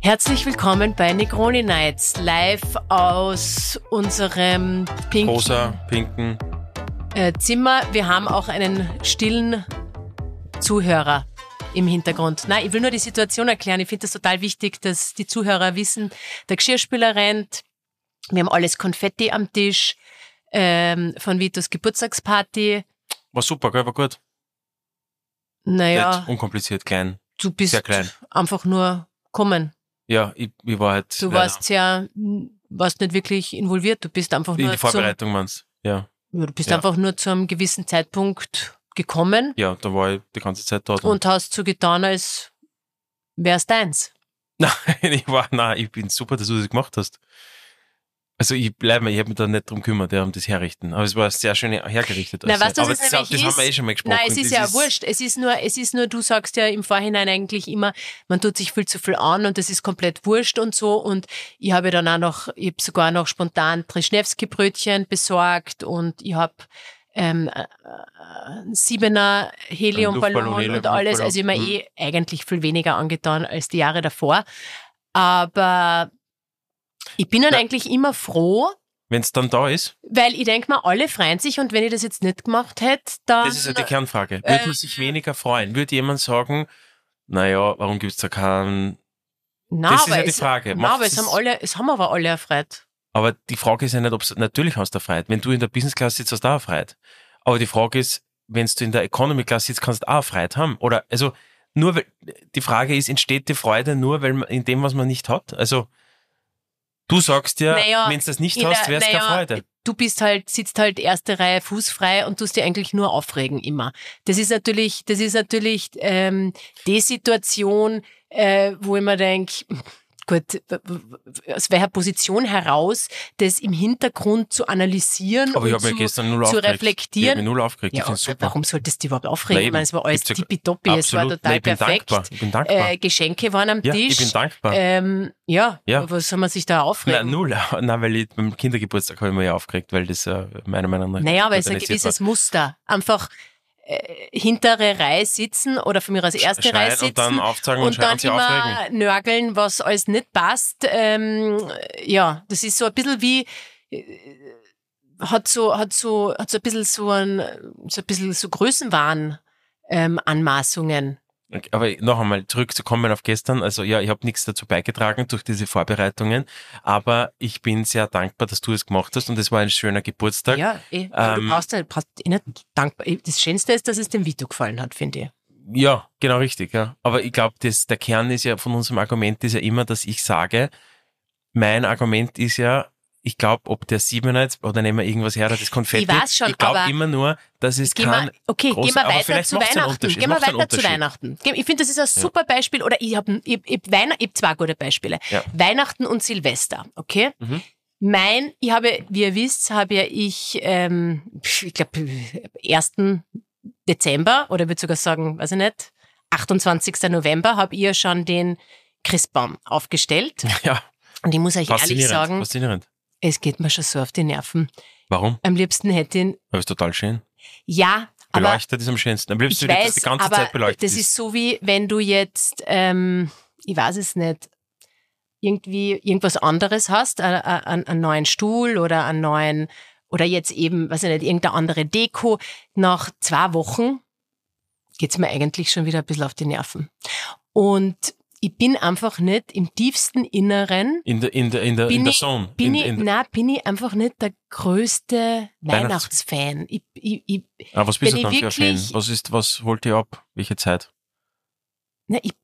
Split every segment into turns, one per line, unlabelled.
Herzlich willkommen bei Negroni Nights, live aus unserem pinken
Rosa, pinken.
äh, Zimmer. Wir haben auch einen stillen Zuhörer im Hintergrund. Nein, ich will nur die Situation erklären. Ich finde es total wichtig, dass die Zuhörer wissen, der Geschirrspüler rennt, wir haben alles Konfetti am Tisch ähm, von Vitos Geburtstagsparty.
War super, gell? War gut.
Naja,
Nett, unkompliziert, klein.
du bist
sehr klein.
einfach nur kommen.
Ja, ich, ich war halt
Du
leider
warst sehr, warst nicht wirklich involviert. Du bist einfach
in
nur
die
zum
Vorbereitung, meinst du? Ja.
Ja, Du bist
Ja.
einfach nur zu einem gewissen Zeitpunkt gekommen
ja, da war ich die ganze Zeit dort.
und hast so getan, als wär's deins.
nein, ich war, nein, ich bin super, dass du das gemacht hast. Also ich bleibe, ich habe mich da nicht drum gekümmert, ja, um das Herrichten. Aber es war sehr schön hergerichtet.
Na,
also.
weißt du, was
Aber
es
das,
nämlich
das haben wir
ist?
eh schon mal gesprochen.
Nein, es ist ja
Das
wurscht. Es ist nur, es ist nur, du sagst ja im Vorhinein eigentlich immer, man tut sich viel zu viel an und das ist komplett wurscht und so. Und ich habe dann auch noch, ich habe sogar noch spontan Trischnewski-Brötchen besorgt und ich habe ähm, äh, äh, Siebener
Luftballon,
Heliumballon und
Helium-
alles.
Luftballon.
Also immer
Mhm.
eh eigentlich viel weniger angetan als die Jahre davor. Aber ich bin dann
Ja.
eigentlich immer froh,
Wenn es dann da ist,
weil ich denke mal, alle freuen sich und wenn ich das jetzt nicht gemacht hätte, dann.
das ist ja die Kernfrage. Würde
ähm,
man sich weniger freuen? Würde jemand sagen, naja, warum gibt's da keinen...
Na,
das ist
aber
ja die
es-
Frage.
Na,
Macht's
aber es haben,
es-
alle, es haben aber alle erfreut.
Aber die Frage ist ja nicht, ob es natürlich hast du Freiheit. Wenn du in der Business Class sitzt, hast du auch Freiheit. Aber die Frage ist, wenn du in der Economy Class sitzt, kannst du auch Freiheit haben. Oder also nur weil die Frage ist, entsteht die Freude nur weil man, in dem, was man nicht hat? Also du sagst ja,
Naja,
wenn du das nicht
in
hast,
der-
wäre es keine
naja,
Freude.
Du bist halt, sitzt halt erste Reihe fußfrei und tust dir eigentlich nur aufregen immer. Das ist natürlich, das ist natürlich ähm, die Situation, äh, wo ich mir denke, gut, w- w- aus welcher Position heraus das im Hintergrund zu analysieren
Aber ich
und zu,
habe mich gestern null
zu
aufgeregt. Ich
reflektieren.
habe mich null aufgeregt. ich
ja,
finde super.
warum solltest du dich überhaupt aufregen?
Na
ich
eben,
meine, es war alles
gibt's ja-
tippitoppi, es war
Absolut.
total
Nein, ich bin
perfekt.
dankbar. Ich bin dankbar.
Äh, Geschenke waren am
ja,
Tisch.
ich bin dankbar.
Ähm, ja,
Ja.
was soll man sich da
Nein,
aufregen?
null. Nein, weil ich, beim Kindergeburtstag habe ich mich ja aufgeregt, weil das äh, meiner Meinung nach
naja, aber es ist ein
organisiert war.
gewisses Muster. Einfach äh, hintere Reihe sitzen oder von mir aus erste
Schreien
Reihe sitzen.
und dann aufzeigen und,
und
schreien
dann
und sich aufregen.
immer nörgeln, was alles nicht passt. Ähm, ja, das ist so ein bisschen wie, äh, hat so, hat so, hat so ein bisschen so ein, so ein bisschen so Größenwahn. Ähm, Anmaßungen.
Okay, Aber noch einmal zurückzukommen auf gestern. Also ja, ich habe nichts dazu beigetragen durch diese Vorbereitungen, aber ich bin sehr dankbar, dass du es gemacht hast und es war ein schöner Geburtstag.
Ja, eh. du
Ähm,
brauchst, ja- brauchst eh nicht dankbar. Das Schönste ist, dass es dem Vito gefallen hat, finde ich.
Ja, genau richtig. Ja. Aber ich glaube, der Kern ist ja von unserem Argument ist ja immer, dass ich sage, mein Argument ist ja, ich glaube, ob der Siebener jetzt oder nehmen wir irgendwas her, oder das Konfetti.
Ich weiß schon,
ich glaube
aber
immer nur, dass es
Geh mal,
kann.
okay,
groß-
geh mal
aber
weiter
vielleicht
zu
macht's einen
Weihnachten.
Unterschied,
Geh mal
macht's einen
weiter zu
Unterschied.
Weihnachten. Geh- Ich finde, das ist ein super Beispiel. Oder ich habe ich, ich, Weihnacht- ich hab zwei gute Beispiele.
Ja.
Weihnachten und Silvester, okay?
Mhm.
Mein, ich habe, wie ihr wisst, habe ja ich, ähm, pf, ich glaube, 1. Dezember oder ich würde sogar sagen, weiß ich nicht, 28. November habe ich ja schon den Christbaum aufgestellt.
Ja,
Und ich muss euch ehrlich
faszinierend.
sagen,
faszinierend.
es geht mir schon so auf die Nerven.
Warum?
Am liebsten hätte ich ihn,
Aber ist total schön.
ja, aber
Beleuchtet ist am schönsten. Am liebsten
ich
würde ich, dass
weiß,
die ganze
aber
Zeit beleuchtet
das ist so wie, wenn du jetzt, ähm, ich weiß es nicht, irgendwie irgendwas anderes hast, a- a- an- einen neuen Stuhl oder einen neuen, oder jetzt eben, weiß ich nicht, irgendeine andere Deko, nach zwei Wochen geht's mir eigentlich schon wieder ein bisschen auf die Nerven. Und ich bin einfach nicht im tiefsten Inneren,
In der, in der, in der,
Bin
in der
ich-
Zone.
bin,
in,
ich,
in,
nein, bin ich einfach nicht der größte
Weihnachts-
Weihnachtsfan. Ich, ich, ich,
Ah, was bist
Wenn
du dann
ich
für ein Fan?
wirklich-
Was ist, was holt dir ab? Welche Zeit?
nein, ich,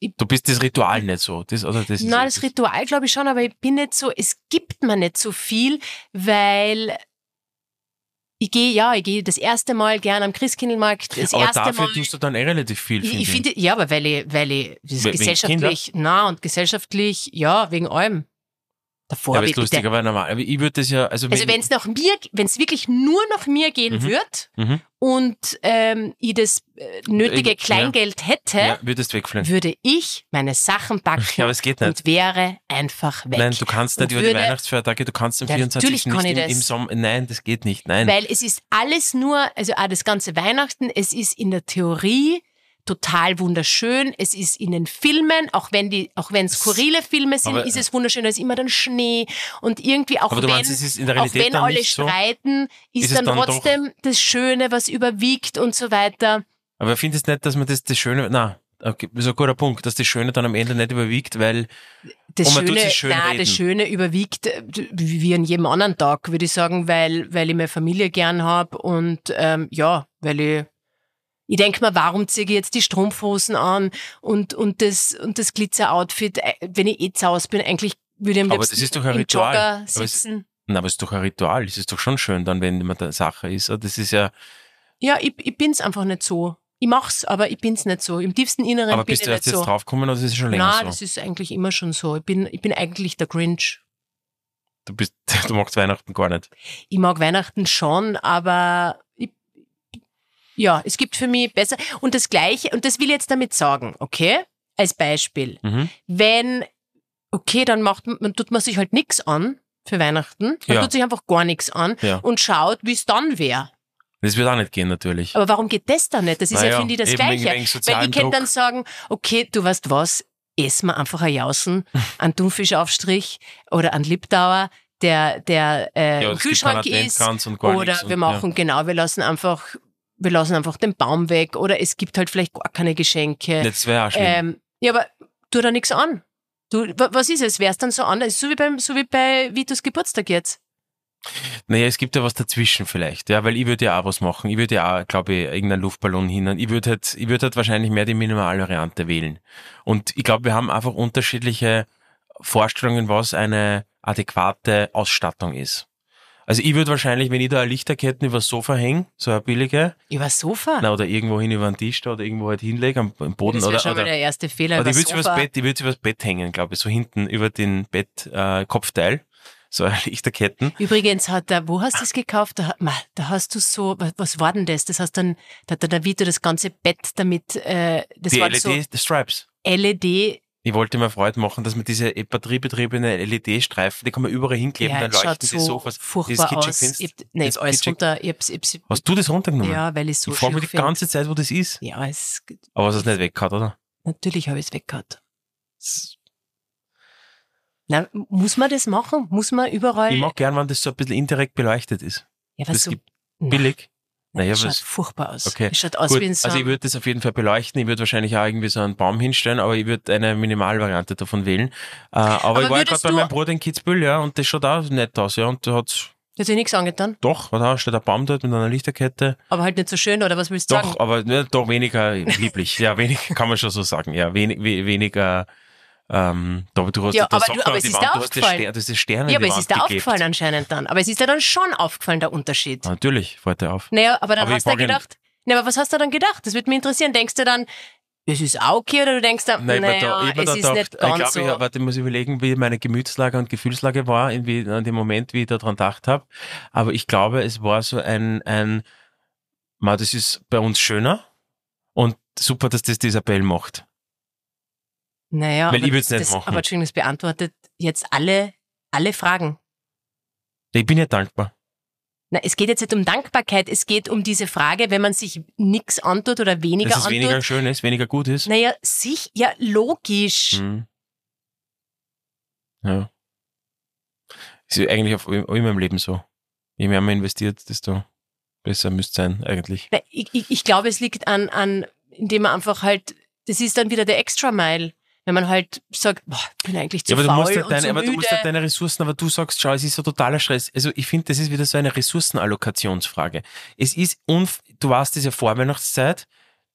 ich
Du bist das Ritual nicht so. Das, also das
Na,
ist,
das Ritual glaube ich schon, aber ich bin nicht so, es gibt mir nicht so viel, weil ich gehe, ja, ich gehe das erste Mal gern am Christkindlmarkt, das
aber
erste
dafür
Mal.
tust du dann eh relativ viel.
Ich, ich
finde
finde, ja, aber weil ich, weil ich das ist
Wegen
gesellschaftlich, na und gesellschaftlich, ja, wegen allem. Davor ja,
ja, aber ist
bitte.
lustig, aber normal. Aber ich würde das ja, also,
also wenn es nach mir, wenn es wirklich nur nach mir gehen
Mhm.
wird
Mhm.
und ähm, ich das äh, nötige
Ja.
Kleingeld hätte,
ja, würdest wegfallen.
würde ich meine Sachen
Ja, aber
packen
es geht nicht.
und wäre einfach weg.
Nein, du kannst
Und
nicht über die
würde-
Weihnachtsfeiertage, du kannst am
Ja,
24.
natürlich kann
nicht
ich
im,
das.
im Sommer. Nein, das geht nicht. Nein.
Weil es ist alles nur, also auch das ganze Weihnachten, es ist in der Theorie total wunderschön. Es ist in den Filmen, auch wenn die, auch wenn skurrile Filme sind,
Aber-
ist es wunderschön. Da ist immer dann Schnee und irgendwie auch
Aber du
wenn,
meinst, es ist in der
auch
Realität
wenn
dann
alle
nicht so?
streiten, ist,
Ist es
dann,
dann doch-
trotzdem das Schöne, was überwiegt und so weiter.
Aber ich finde es nicht, dass man das, das Schöne, na, okay, das ist ein guter Punkt, dass das Schöne dann am Ende nicht überwiegt, weil
Das
Und man tut
Schöne,
sich schön
nein,
reden.
das Schöne überwiegt äh, wie wie an jedem anderen Tag, würde ich sagen, weil, weil ich meine Familie gern habe und ähm, ja, weil ich ich denke mir, warum ziehe ich jetzt die Strumpfhosen an und, und das, und das Glitzer-Outfit, äh, wenn ich eh zu Hause bin, eigentlich würde ich am
Aber
liebsten
das ist doch ein
im
Ritual.
Jogger
Aber es-
sitzen.
Na, aber es ist doch ein Ritual. Es ist doch schon schön, dann, wenn man der Sache ist. Ah, Das ist ja,
Ja, ich, ich bin's einfach nicht so. Ich mach's, aber ich bin's nicht so. Im tiefsten Inneren
aber
bin
bist
ich
du
nicht
erst jetzt
so.
draufgekommen oder ist es schon länger
Nein,
so?
das ist eigentlich immer schon so. Ich bin, ich bin eigentlich der Grinch.
Du, bist, du magst Weihnachten gar nicht.
Ich mag Weihnachten schon, aber ich, ja, es gibt für mich besser. Und das Gleiche, und das will ich jetzt damit sagen, okay? Als Beispiel.
Mhm.
Wenn, okay, dann macht, man tut man sich halt nix an für Weihnachten. Man
Ja.
tut sich einfach gar nichts an
Ja.
und schaut, wie es dann wäre.
Das wird auch nicht gehen, natürlich.
Aber warum geht das dann nicht? Das ist ja,
Naja,
finde ich, das
eben
Gleiche.
Wegen, wegen
Weil
sozialen
ich könnte
Druck.
dann sagen, okay, du weißt was, essen wir einfach ein Jausen, einen Thunfischaufstrich oder einen Liptauer, der, der äh,
ja,
im
das gibt
Kühlschrank
keinen
ist.
Adventskranz und gar
Oder
nichts
wir
und,
machen, genau, wir lassen einfach, wir lassen einfach den Baum weg oder es gibt halt vielleicht gar keine
Ja.
Geschenke.
Das wäre auch schlimm.
Ähm, ja, aber tu da nichts an. Du, wa- was ist es? Wär's dann so anders? So wie beim, so wie bei Vitus Geburtstag jetzt.
Naja, es gibt ja was dazwischen vielleicht, ja, weil ich würde ja auch was machen. Ich würde ja auch, glaube ich, irgendeinen Luftballon hindern. Ich würde halt, ich würde halt wahrscheinlich mehr die Minimalvariante wählen. Und ich glaube, wir haben einfach unterschiedliche Vorstellungen, was eine adäquate Ausstattung ist. Also ich würde wahrscheinlich, wenn ich da eine Lichterketten über das Sofa hänge, so eine billige,
Über das Sofa.
na, oder irgendwo hin über den Tisch da, oder irgendwo halt hinlege am, am Boden
Ah. das wäre
oder,
schon mal
oder
der erste Fehler.
aber
Über
die
das
würde übers
Sofa.
Bett, die würde übers Bett hängen, glaube ich, so hinten über den Bett äh, Kopfteil, so eine Lichterketten.
Übrigens hat er, wo hast du es gekauft? Da, ma, da hast du so, was, was war denn das? Das hast dann, da hat dann der Vito das ganze Bett damit, äh, das
die E
waren
LED
so E
Stripes.
LED,
Ich wollte mir Freude machen, dass man diese eh batteriebetriebene LED-Streifen, die kann man überall hinkleben,
ja,
dann
es schaut
leuchten die
so
Sofas.
furchtbar
Kitchen
aus.
Queens,
Ich, hab- nein,
dieses
alles
Kitchen-
runter, ich hab's, ich hab's,
Hast du das runtergenommen?
Ja, weil ich so
ich frage mich
schier
die
find.
ganze Zeit, wo das ist.
Ja, es,
Aber es ist nicht weggehauen, oder?
natürlich habe ich es weggehabt.
S-
Na, muss man das machen? Muss man überall?
Ich mag gern, wenn das so ein bisschen indirekt beleuchtet ist.
ja, was
Das
so,
gibt
Also, na,
billig.
na,
naja,
es schaut
was-
furchtbar aus.
Okay,
Es schaut aus
Gut,
wie ein so
also ich würde das auf jeden Fall beleuchten. Ich würde wahrscheinlich auch irgendwie so einen Baum hinstellen, aber ich würde eine Minimalvariante davon wählen. Äh, aber,
Aber
ich war ja
würdest
gerade bei
du-
meinem Bruder in Kitzbühel, ja, und das schaut auch nett aus, ja. Und da hat's
das hat sich nichts angetan,
doch, da steht ein Baum dort mit einer Lichterkette.
aber halt nicht so schön, oder was willst du
Doch,
sagen?
aber ne, doch weniger lieblich. ja, wenig kann man schon so sagen. Ja, wenig, we, weniger. Ähm, da, du hast
Ja,
da
aber
sagt
du-
man
aber
an
es
die
ist
Wand,
dir
du hast das
aufgefallen.
Stern, du hast das Stern
Ja,
an die
aber es
Wand
ist da
geklebt.
aufgefallen anscheinend dann. Aber es ist ja dann schon aufgefallen, der Unterschied.
Ah, Natürlich, fällt er auf.
Naja, aber dann
Aber ich
hast du
frag ihn-
gedacht. Na, aber was hast du dann gedacht? Das würde mich interessieren. Denkst du dann, es ist auch okay oder du denkst dann,
Nein, ich hab mir da- ich
naja,
hab mir
es
da
ist
gedacht,
nicht
ich
ganz
glaube,
so.
ich hab- warte, ich muss überlegen, wie meine Gemütslage und Gefühlslage war, in, wie, an dem Moment, wie ich daran gedacht habe. Aber ich glaube, es war so ein, ein Ma, das ist bei uns schöner und super, dass das die Isabel macht.
naja,
weil
aber
ich würd's nicht
das,
machen.
Aber Entschuldigung, das beantwortet jetzt alle, alle Fragen.
Ich bin ja dankbar.
Na, es geht jetzt nicht um Dankbarkeit, es geht um diese Frage, wenn man sich nichts antut oder weniger
Dass es
antut.
weniger schön ist, weniger gut ist.
naja, sich, ja, logisch.
Mhm. Ja. Ist ja eigentlich auf, immer im Leben so. Je mehr man investiert, desto besser müsste sein, eigentlich.
Na, ich, ich, ich glaube, es liegt an, an, indem man einfach halt, das ist dann wieder der Extra Mile. Wenn man halt sagt, boah, ich bin eigentlich zu
aber du,
faul
musst halt
und
deine,
zu
aber du
müde.
musst halt deine Ressourcen, aber du sagst, schau, es ist so totaler Stress. Also ich finde, das ist wieder so eine Ressourcenallokationsfrage. Es ist, unf du warst diese Vorweihnachtszeit,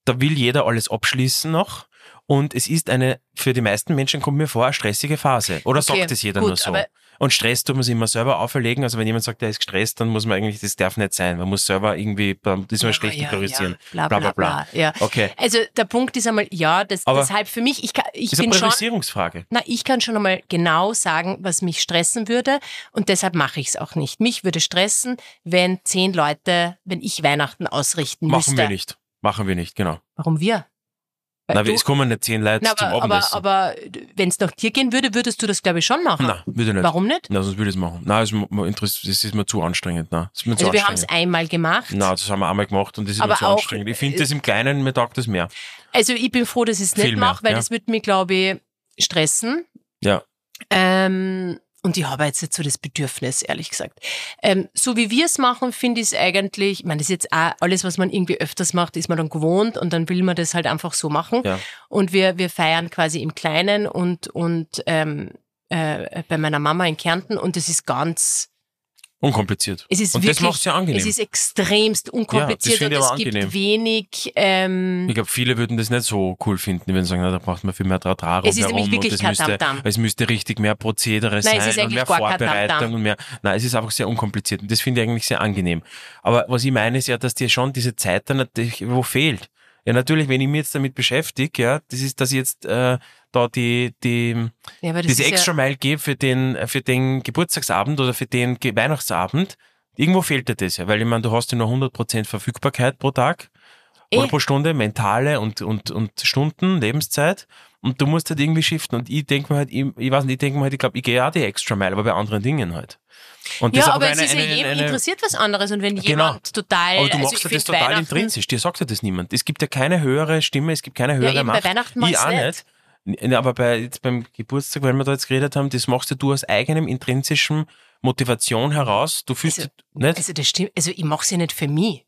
da will jeder alles abschließen noch. Und es ist eine, für die meisten Menschen kommt mir vor, eine stressige Phase. Oder
Okay,
sagt es jeder
gut,
nur so?
aber-
Und Stress tut man sich immer selber auferlegen. Also wenn jemand sagt, der ist gestresst, dann muss man eigentlich, das darf nicht sein. Man muss selber irgendwie, das ist mal schlecht priorisieren.
Ja, bla, bla, bla, Ja.
Okay.
Also der Punkt ist einmal, ja, das,
Aber
deshalb für mich, ich, kann- ich
Ist eine
bin schon,
Priorisierungsfrage.
na, ich kann schon einmal genau sagen, was mich stressen würde und deshalb mache ich es auch nicht. Mich würde stressen, wenn zehn Leute, wenn ich Weihnachten ausrichten
Machen
müsste.
wir nicht. Machen wir nicht, genau.
Warum wir? Weil
Na,
du-
es kommen nicht zehn Leute
na,
zum
aber, aber,
Abendessen.
aber wenn es nach dir gehen würde, würdest du das, glaube ich, schon machen.
Nein, würde ich nicht.
Warum nicht?
Nein, sonst würde ich es machen. Nein, es ist mir- interess- das ist mir zu anstrengend. Nein, das ist mir zu
Also wir haben es
anstrengend.
einmal gemacht.
Nein, das haben wir einmal gemacht und das ist
Aber
mir zu
auch- äh,
anstrengend. Ich finde das im Kleinen, mir taugt das mehr.
Also ich bin froh, dass ich es nicht
Viel mehr,
mache, weil
ja.
das würde mich, glaube ich, stressen.
Ja.
Ähm, und ich habe jetzt nicht so das Bedürfnis, ehrlich gesagt. Ähm, so wie wir es machen, finde ich es eigentlich, ich meine, das ist jetzt auch alles, was man irgendwie öfters macht, ist man dann gewohnt und dann will man das halt einfach so machen.
Ja.
Und wir, wir feiern quasi im Kleinen und, und ähm, äh, bei meiner Mama in Kärnten und es ist ganz,
Unkompliziert.
es ist
und
wirklich,
das macht es ja angenehm.
es ist extremst unkompliziert
finde
und
ich
es
aber angenehm.
gibt wenig, ähm,
ich glaube, viele würden das nicht so cool finden, wenn sie sagen, na, da braucht man viel mehr Tratra
Es ist nämlich
rundherum und
wirklich
das
kein
müsste,
Tamtam.
es müsste richtig mehr Prozedere
Nein, es ist
sein und
eigentlich
mehr
gar kein
Vorbereitung
Tamtam.
und mehr. Nein, es ist einfach sehr unkompliziert und das finde ich eigentlich sehr angenehm. Aber was ich meine ist ja, dass dir schon diese Zeit dann natürlich, wo fehlt. Ja, natürlich, wenn ich mich jetzt damit beschäftige, ja, das ist, dass ich jetzt äh, da die, die,
ja, aber das
diese
ist ja,
extra Mile gebe für den, für den Geburtstagsabend oder für den Ge Weihnachtsabend, irgendwo fehlt dir das ja, weil ich meine, du hast ja nur 100% Verfügbarkeit pro Tag
Eh.
oder pro Stunde, mentale und, und, und Stunden, Lebenszeit und du musst halt irgendwie shiften und ich denke mir halt, ich, ich weiß nicht, ich denke mir halt, ich glaube, ich gehe ja die extra Mile, aber bei anderen Dingen halt. Und
Ja,
ist
aber
eine-
es ist ja
eine-
jedem
eine-
interessiert was anderes und wenn
Genau.
jemand total.
aber du
also
machst
ich
ja
find
das total
Weihnachten-
intrinsisch, dir sagt ja das niemand. Es gibt ja keine höhere Stimme, es gibt keine höhere
eben, bei
Macht.
Weihnachten
ich
mag's
auch
nicht.
nicht. N- Aber bei, jetzt beim Geburtstag, weil wir da jetzt geredet haben, das machst ja du aus eigenem intrinsischem Motivation heraus. Du fühlst
Also,
nicht.
Also das stimmt. Also ich mach's ja nicht für mich.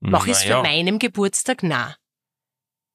Mach ich's für
Naja,
meinen Geburtstag? Nein.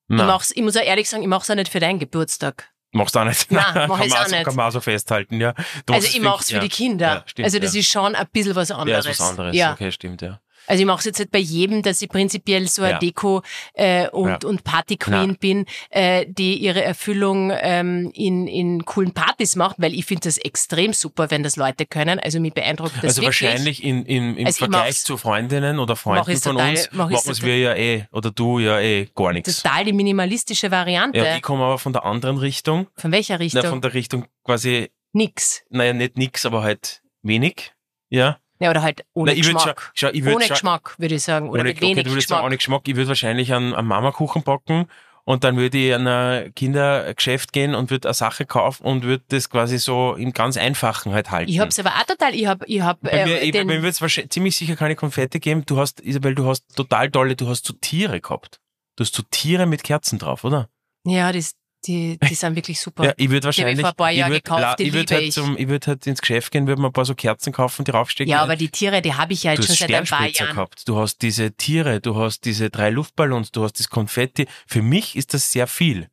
Ich,
nein,
mach's, ich muss auch ehrlich sagen, ich mach's auch nicht für deinen Geburtstag.
machst du auch nicht.
Nein, mach
kann
ich's
man
auch
so-
nicht.
Kann man auch so festhalten, ja. Du machst
also
es
ich mach's für
ja.
die Kinder.
Ja, stimmt,
also das
ja.
ist schon ein bisschen was
Ja,
anderes.
ist was anderes.
Ja.
Okay, stimmt, ja.
Also ich mach's jetzt nicht bei jedem, dass ich prinzipiell so
Ja.
eine Deko äh, und,
Ja.
und Party Queen
Nein.
bin, äh, die ihre Erfüllung ähm, in, in coolen Partys macht, weil ich finde das extrem super, wenn das Leute können. Also mich beeindruckt das
also
wirklich.
wahrscheinlich in, in, im
Also ich
Vergleich
mach's-
zu Freundinnen oder
Mach
Freunden
ich's
von
total-
uns
mach ich's
machen es
total-
wir ja eh, oder du ja eh, gar nichts.
total die minimalistische Variante.
Ja, ich komme aber von der anderen Richtung.
von welcher Richtung?
Na, von der Richtung quasi,
Nix.
naja, nicht nix, aber halt wenig. Ja.
Ja, oder halt ohne
Na, ich würd
Geschmack.
scha- schau, ich würd
ohne
scha-
Geschmack, würde ich sagen. Oder
Ohne,
mit
okay,
wenig
du würdest sagen,
Geschmack.
ohne Geschmack. Ich würde wahrscheinlich einen, einen Mamakuchen backen und dann würde ich in ein Kindergeschäft gehen und würde eine Sache kaufen und würde das quasi so im ganz Einfachen halt halten.
ich hab's aber auch total, ich hab, ich hab,
bei mir,
äh,
ich- bei
den,
mir wird es ziemlich sicher keine Konfette geben. Du hast, Isabel, du hast total tolle, du hast so Tiere gehabt. Du hast so Tiere mit Kerzen drauf, oder?
ja, das, die, die sind wirklich super.
Ja, ich würde
ich
wahrscheinlich.
vor ein paar Jahren
ich
gekauft,
la-
die
ich würd
liebe
halt
ich.
zum, ich würde halt ins Geschäft gehen, würde mir ein paar so Kerzen kaufen, die raufstecken.
Ja, aber die Tiere, die habe ich ja
Du
jetzt
hast
schon seit ein paar
Sternspritzer
Jahren.
gehabt, du hast diese Tiere, du hast diese drei Luftballons, du hast das Konfetti. Für mich ist das sehr viel.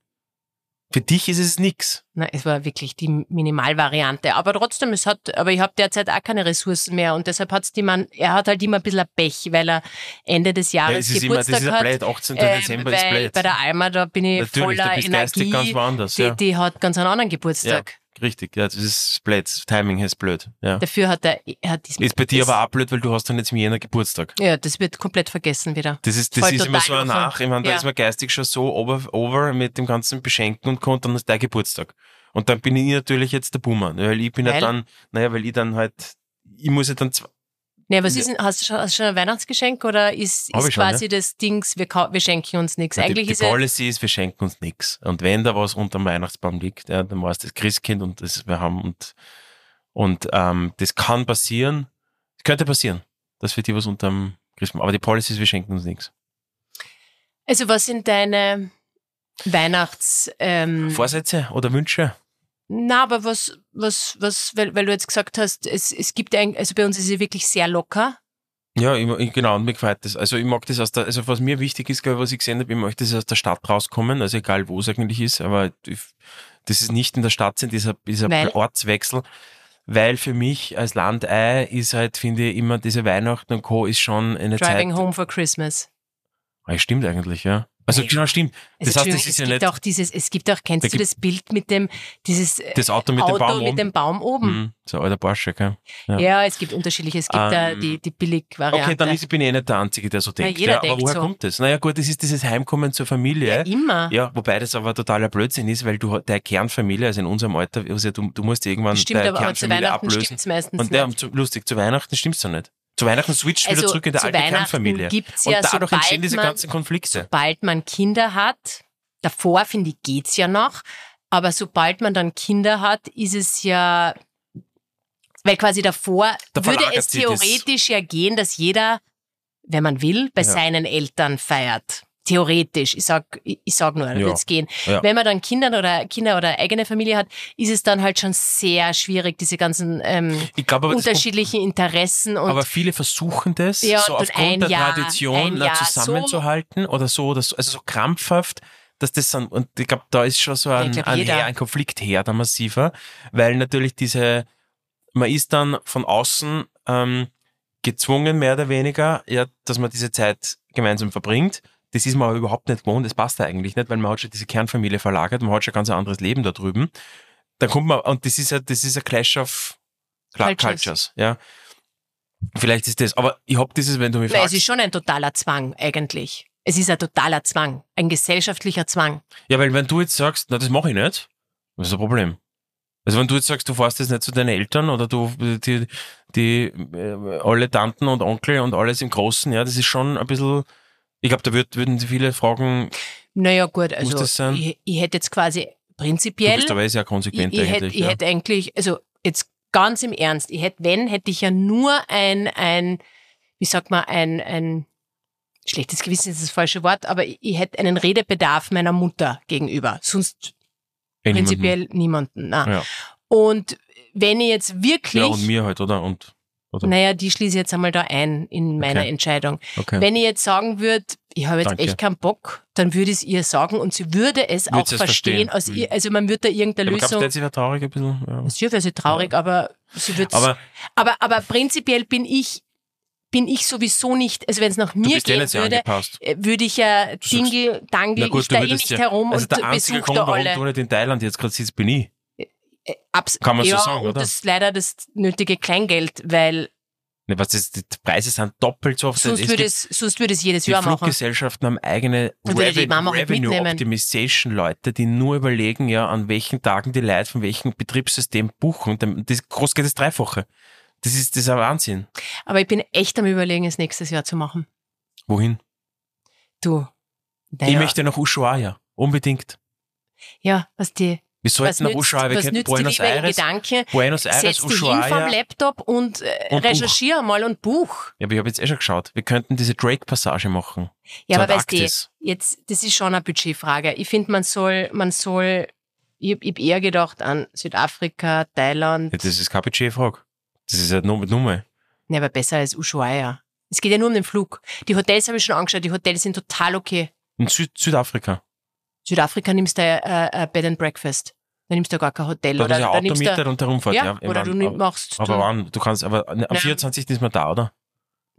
Für dich ist es nix.
Na, es war wirklich die Minimalvariante. Aber trotzdem, es hat, aber ich habe derzeit auch keine Ressourcen mehr und deshalb hat's die man, er hat halt immer ein bisschen ein Pech, weil er Ende des
Ja,
Jahres
es ist immer, das
Geburtstag
ist ja
hat.
blöd, 18.
Ähm,
Dezember ist
weil
blöd.
bei der Alma, da bin ich
Natürlich,
voller
da bist
Energie.
geistig ganz woanders.
die,
Ja.
die hat ganz einen anderen Geburtstag.
Richtig, ja, das ist blöd. Das Timing ist blöd. Ja.
Dafür hat er, er hat diesen
Ist bei dir
das-
aber auch blöd, weil du hast dann jetzt im Jänner Geburtstag.
Ja, das wird komplett vergessen wieder.
Das ist, das
Voll
ist immer so
total
ein Nach. Ich meine, da
Ja.
ist man geistig schon so over, over mit dem ganzen Beschenken und Co. und dann ist dein Geburtstag. Und dann bin ich natürlich jetzt der Boomer, weil ich bin ja
Weil?
dann, naja, weil ich dann halt, ich muss ja dann, zw-
Nee, was ist denn, hast du schon, hast du schon ein Weihnachtsgeschenk oder ist,
Hab ich
ist
schon,
quasi das Dings, wir, kau- wir schenken uns nichts?
die,
Eigentlich
die
ist es,
Policy ist, wir schenken uns nichts. Und wenn da was unterm Weihnachtsbaum liegt, ja, dann war es das Christkind und das wir haben und, und ähm, das kann passieren. Es könnte passieren, dass wir dir was unterm Christbaum, aber die Policy ist, wir schenken uns nichts.
also was sind deine Weihnachts, ähm,
Vorsätze oder Wünsche?
na, aber was, was, was, weil, weil du jetzt gesagt hast, es, es gibt ein, also bei uns ist es wirklich sehr locker.
Ja, ich, ich, genau, und mir gefällt das. Also ich mag das aus der, also was mir wichtig ist, glaube ich, was ich gesehen habe, ich möchte das aus der Stadt rauskommen, also egal wo es eigentlich ist, aber ich, das ist nicht in der Stadt sind, dieser, dieser
Weil?
Ortswechsel. Weil für mich als Landei ist halt, finde ich, immer diese Weihnachten und Co. ist schon eine
Driving
Zeit.
home for Christmas.
Ah, stimmt eigentlich, ja. Also
Ja.
genau, stimmt.
Also,
Das heißt,
Entschuldigung,
das
es
ist ja
gibt
nicht
auch dieses, es gibt auch,
Da
kennst du
gibt-
das Bild mit dem, dieses äh,
das Auto mit
Auto
dem Baum
mit
oben.
dem Baum oben?
Mhm, so ein alter Porsche, gell? Ja.
Ja. es gibt unterschiedliche, es gibt da
Ähm,
die, die Billig-Variante.
Okay, dann ist, bin ich eh nicht der Einzige, der so denkt.
jeder
ja, aber
denkt
woher
so.
kommt das? Naja gut, das ist dieses Heimkommen zur Familie.
ja, immer.
Ja, wobei das aber totaler Blödsinn ist, weil du deine Kernfamilie, also in unserem Alter, also du, du musst irgendwann
Stimmt,
deine
aber, aber zu
Kernfamilie
Weihnachten
ablösen.
stimmt es meistens
Und
nicht.
der, zu, lustig, zu Weihnachten stimmt's ja nicht. Zu Weihnachten switcht wieder zurück in der
Also zu
alte
Weihnachten
Kernfamilie.
Gibt's
Und
ja,
dadurch
sobald
entstehen diese
man,
ganzen Konflikte.
Sobald man Kinder hat, davor, finde ich, geht's ja noch. Aber sobald man dann Kinder hat, ist es ja, weil quasi davor
Da
würde
verlagert
es
sich
theoretisch ja gehen, dass jeder, wenn man will, bei
Ja.
seinen Eltern feiert. Theoretisch. Ich sag, ich, ich sag nur, da
Ja.
wird's gehen.
Ja.
Wenn man dann Kinder oder Kinder oder eigene Familie hat, ist es dann halt schon sehr schwierig, diese ganzen ähm,
Ich glaube aber, das-
unterschiedlichen Interessen und
aber viele versuchen das,
Ja,
so
und ein
aufgrund der
Jahr, ein
Tradition na,
Jahr
zusammenzuhalten oder so oder so, also so krampfhaft, dass das dann, und ich glaube, da ist schon so ein,
glaub,
ein,
jeder.
Her, ein Konflikt her, da massiver, weil natürlich diese, man ist dann von außen ähm, gezwungen, mehr oder weniger, ja, dass man diese Zeit gemeinsam verbringt. Das ist man aber überhaupt nicht gewohnt, das passt da eigentlich nicht, weil man hat schon diese Kernfamilie verlagert, man hat schon ganz ein anderes Leben da drüben. Da kommt man, und das ist ja, das ist ein Clash of Cla-
Cultures.
Cultures, ja. Vielleicht ist das, aber ich hab dieses, wenn du mich
Nein, es
fragst.
ist schon ein totaler Zwang eigentlich. Es ist ein totaler Zwang, ein gesellschaftlicher Zwang.
Ja, weil wenn du jetzt sagst, na, das mache ich nicht, was ist das Problem? Also wenn du jetzt sagst, du fährst jetzt nicht zu deinen Eltern oder du die, die äh, alle Tanten und Onkel und alles im Großen, ja, das ist schon ein bisschen. Ich glaube, da würd, würden viele fragen,
Naja, gut,
Muss
also
das sein?
Ich, ich hätte jetzt quasi
du
prinzipiell,
bist dabei eh sehr
ich,
konsequent
ich, hätte,
eigentlich.
ich
ja.
hätte eigentlich, also jetzt ganz im Ernst, ich hätte, wenn, hätte ich ja nur ein, ein wie sagt man, ein, ein schlechtes Gewissen ist das falsche Wort, aber ich, ich hätte einen Redebedarf meiner Mutter gegenüber. Sonst
Eh niemanden.
prinzipiell niemanden. nein.
Ja.
Und wenn ich jetzt wirklich,
Ja, und mir halt, oder? Und, oder?
naja, die schließe ich jetzt einmal da ein in meiner
Okay.
Entscheidung.
Okay.
Wenn ich jetzt sagen würde, ich habe jetzt
Danke.
echt keinen Bock, dann würde ich es ihr sagen und sie würde es
Würde
auch
sie es
verstehen.
verstehen?
Aus
Mhm.
ihr, also man würde da irgendeine
ja, aber glaubst du,
Lösung.
jetzt ist er traurig ein bisschen? Ja.
Sicher wäre sie traurig, aber sie wird
Aber
aber, aber prinzipiell bin ich, bin ich sowieso nicht, also wenn es nach
du
mir
bist eh
gehen
nicht sehr
würde,
angepasst.
äh, würde ich ja
Du sagst-
Dinge, Dangle, ich da eh nicht herum
also
und
der einzige
besuche
Grund,
da
warum
alle.
du nicht in Thailand jetzt gerade sitzt, bin ich.
Äh, abs-
Kann man so
ja,
sagen,
und
oder?
das ist leider das nötige Kleingeld, weil
Ne, was das, die Preise sind doppelt so oft.
sonst
Es
würde
gibt-
es, sonst würde es jedes
die
Jahr machen.
Fluggesellschaften haben eigene
Und würde die Mama auch
Revenue
mitnehmen.
Optimization Leute, die nur überlegen, ja, an welchen Tagen die Leute von welchem Betriebssystem buchen. Dem- Das groß geht das Dreifache. Das ist, das ist ein Wahnsinn.
Aber ich bin echt am überlegen, es nächstes Jahr zu machen.
Wohin?
Du. Naja,
Ich möchte nach Ushuaia. Unbedingt.
Ja, was die,
Wir
was
sollten nach
nützt,
Ushuaia. Wir
was
können
nützt die
Buenos
lieber in
Aires.
Gedanken?
Buenos Aires,
Setz dich hin vom
Ushuaia.
Laptop und, äh,
Und
recherchier mal und buch.
Ja, aber ich habe jetzt eh schon geschaut. Wir könnten diese Drake-Passage machen.
Ja,
Zur
aber weißt du,
Antarktis.
jetzt, das ist schon eine Budgetfrage. Ich finde, man soll, man soll, ich hab- ich hab eher gedacht an Südafrika, Thailand,
Ja, das ist keine Budgetfrage. Das ist halt nur mit Nummer.
ne, aber besser als Ushuaia. Es geht ja nur um den Flug. Die Hotels habe ich schon angeschaut, die Hotels sind total okay.
In Süd Südafrika.
Südafrika nimmst du ein, äh, ein Bed and Breakfast. Da nimmst du gar kein Hotel.
Da
oder
ist ja
da
Auto
nimmst du,
mietet und der Rumfahrt.
ja,
Ja, ich
oder
mein,
du
aber-
nimm- machst.
Aber
du,
wann? Du kannst, aber ne, am
Nein.
24. ist man da, oder?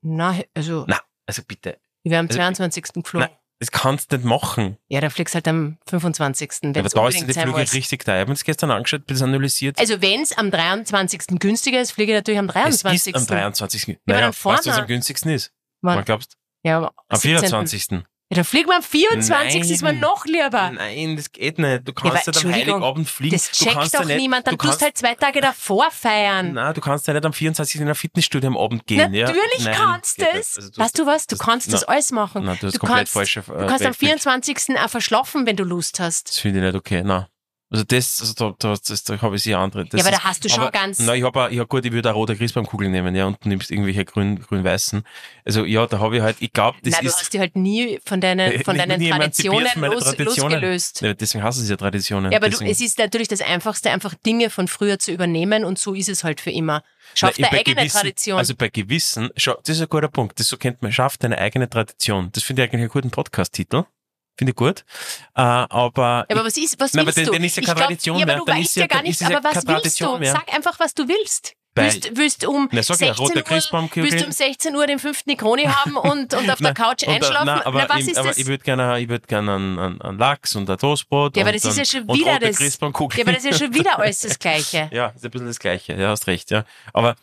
nein, also,
Nein. Also bitte.
ich wäre am
also-
22. geflogen.
Nein. Das kannst du nicht machen.
Ja, dann fliegst halt am 25. Wenn
aber
es
da sind
unbedingt
die
sein
Flüge
muss.
richtig da. Ich habe uns gestern angeschaut, bis analysiert.
Also wenn es am 23. günstiger ist, fliege ich natürlich am
es
23.
ist am 23.
aber
Naja,
dann
weißt du, was
vorne.
am günstigsten ist?
Wann?
Man glaubst,
Ja, am,
am
17..
24.
Ja, dann fliegen wir am 24.
Nein.
ist mir noch lieber.
Nein, das geht nicht. Du
aber
kannst nicht am
Entschuldigung,
Heiligabend fliegen.
Das
du kannst
checkt doch
ja nicht,
niemand. Dann
du
tust
kannst,
halt zwei Tage davor feiern.
Nein, du kannst ja nicht am 24. in ein Fitnessstudio am Abend gehen.
Natürlich
ja? Nein,
kannst du
geht nicht.
es.
Also
weißt du was? Du
das-
kannst das
nein.
alles machen.
Nein, du hast
du
komplett
kannst-
falsche äh,
Du kannst am 24. auch verschlafen, wenn du Lust hast.
Das finde ich nicht okay, nein. Also das, also da, da, das, da habe ich sie andere. Das
ja, aber
ist-
da hast du schon
aber-
ganz.
Nein, ich habe ja gut, ich würde auch rote Christbaumkugeln nehmen, ja, und du nimmst irgendwelche grün, grün-weißen. Also ja, da habe ich halt, ich glaube, das
nein, du
ist.
hast dich halt nie von deinen,
Äh,
von
nie-
deinen
nie
Traditionen,
emanzipiert von meinen
los,
Traditionen.
losgelöst.
Ja, deswegen hassen sie ja Traditionen.
Ja, aber du,
deswegen,
es ist natürlich das Einfachste, einfach Dinge von früher zu übernehmen und so ist es halt für immer. Schaff deine
Nein, bei
eigene
gewissen,
Tradition.
Also bei Gewissen, schau, das ist ein guter Punkt. Das so kennt man, schafft deine eigene Tradition. Das finde ich eigentlich einen guten Podcast-Titel. Finde ich gut. Äh, aber
Ja, aber was ist, was
Nein, aber
willst
dann-
du?
dann ist ja
Ich
keine
glaub-
Tradition
ja,
mehr,
aber du
dann
weißt
ist ja-
ja gar
dann ist
nicht,
es ja
aber was
keine
willst
Tradition
du?
mehr.
Sag einfach, was du willst.
Bei-
Willst, willst um
Na, sag ich ja,
16
roter
Uhr,
Christbaumkuchen.
willst um 16 Uhr den fünften Kroni haben und, und auf der
Nein,
Couch
und, äh,
einschlafen?
nein, aber
Na, was
ich,
ist
aber
das?
ich würde gerne, ich würd gerne einen, einen, einen Lachs und ein Toastbrot.
Ja, aber
und
das ist ja
dann-
schon
und
wieder
rote
das-
Christbaumkugeln.
ja, aber das ist ja schon wieder alles das Gleiche.
Ja, ist ein bisschen das Gleiche. Ja, hast recht, ja. Aber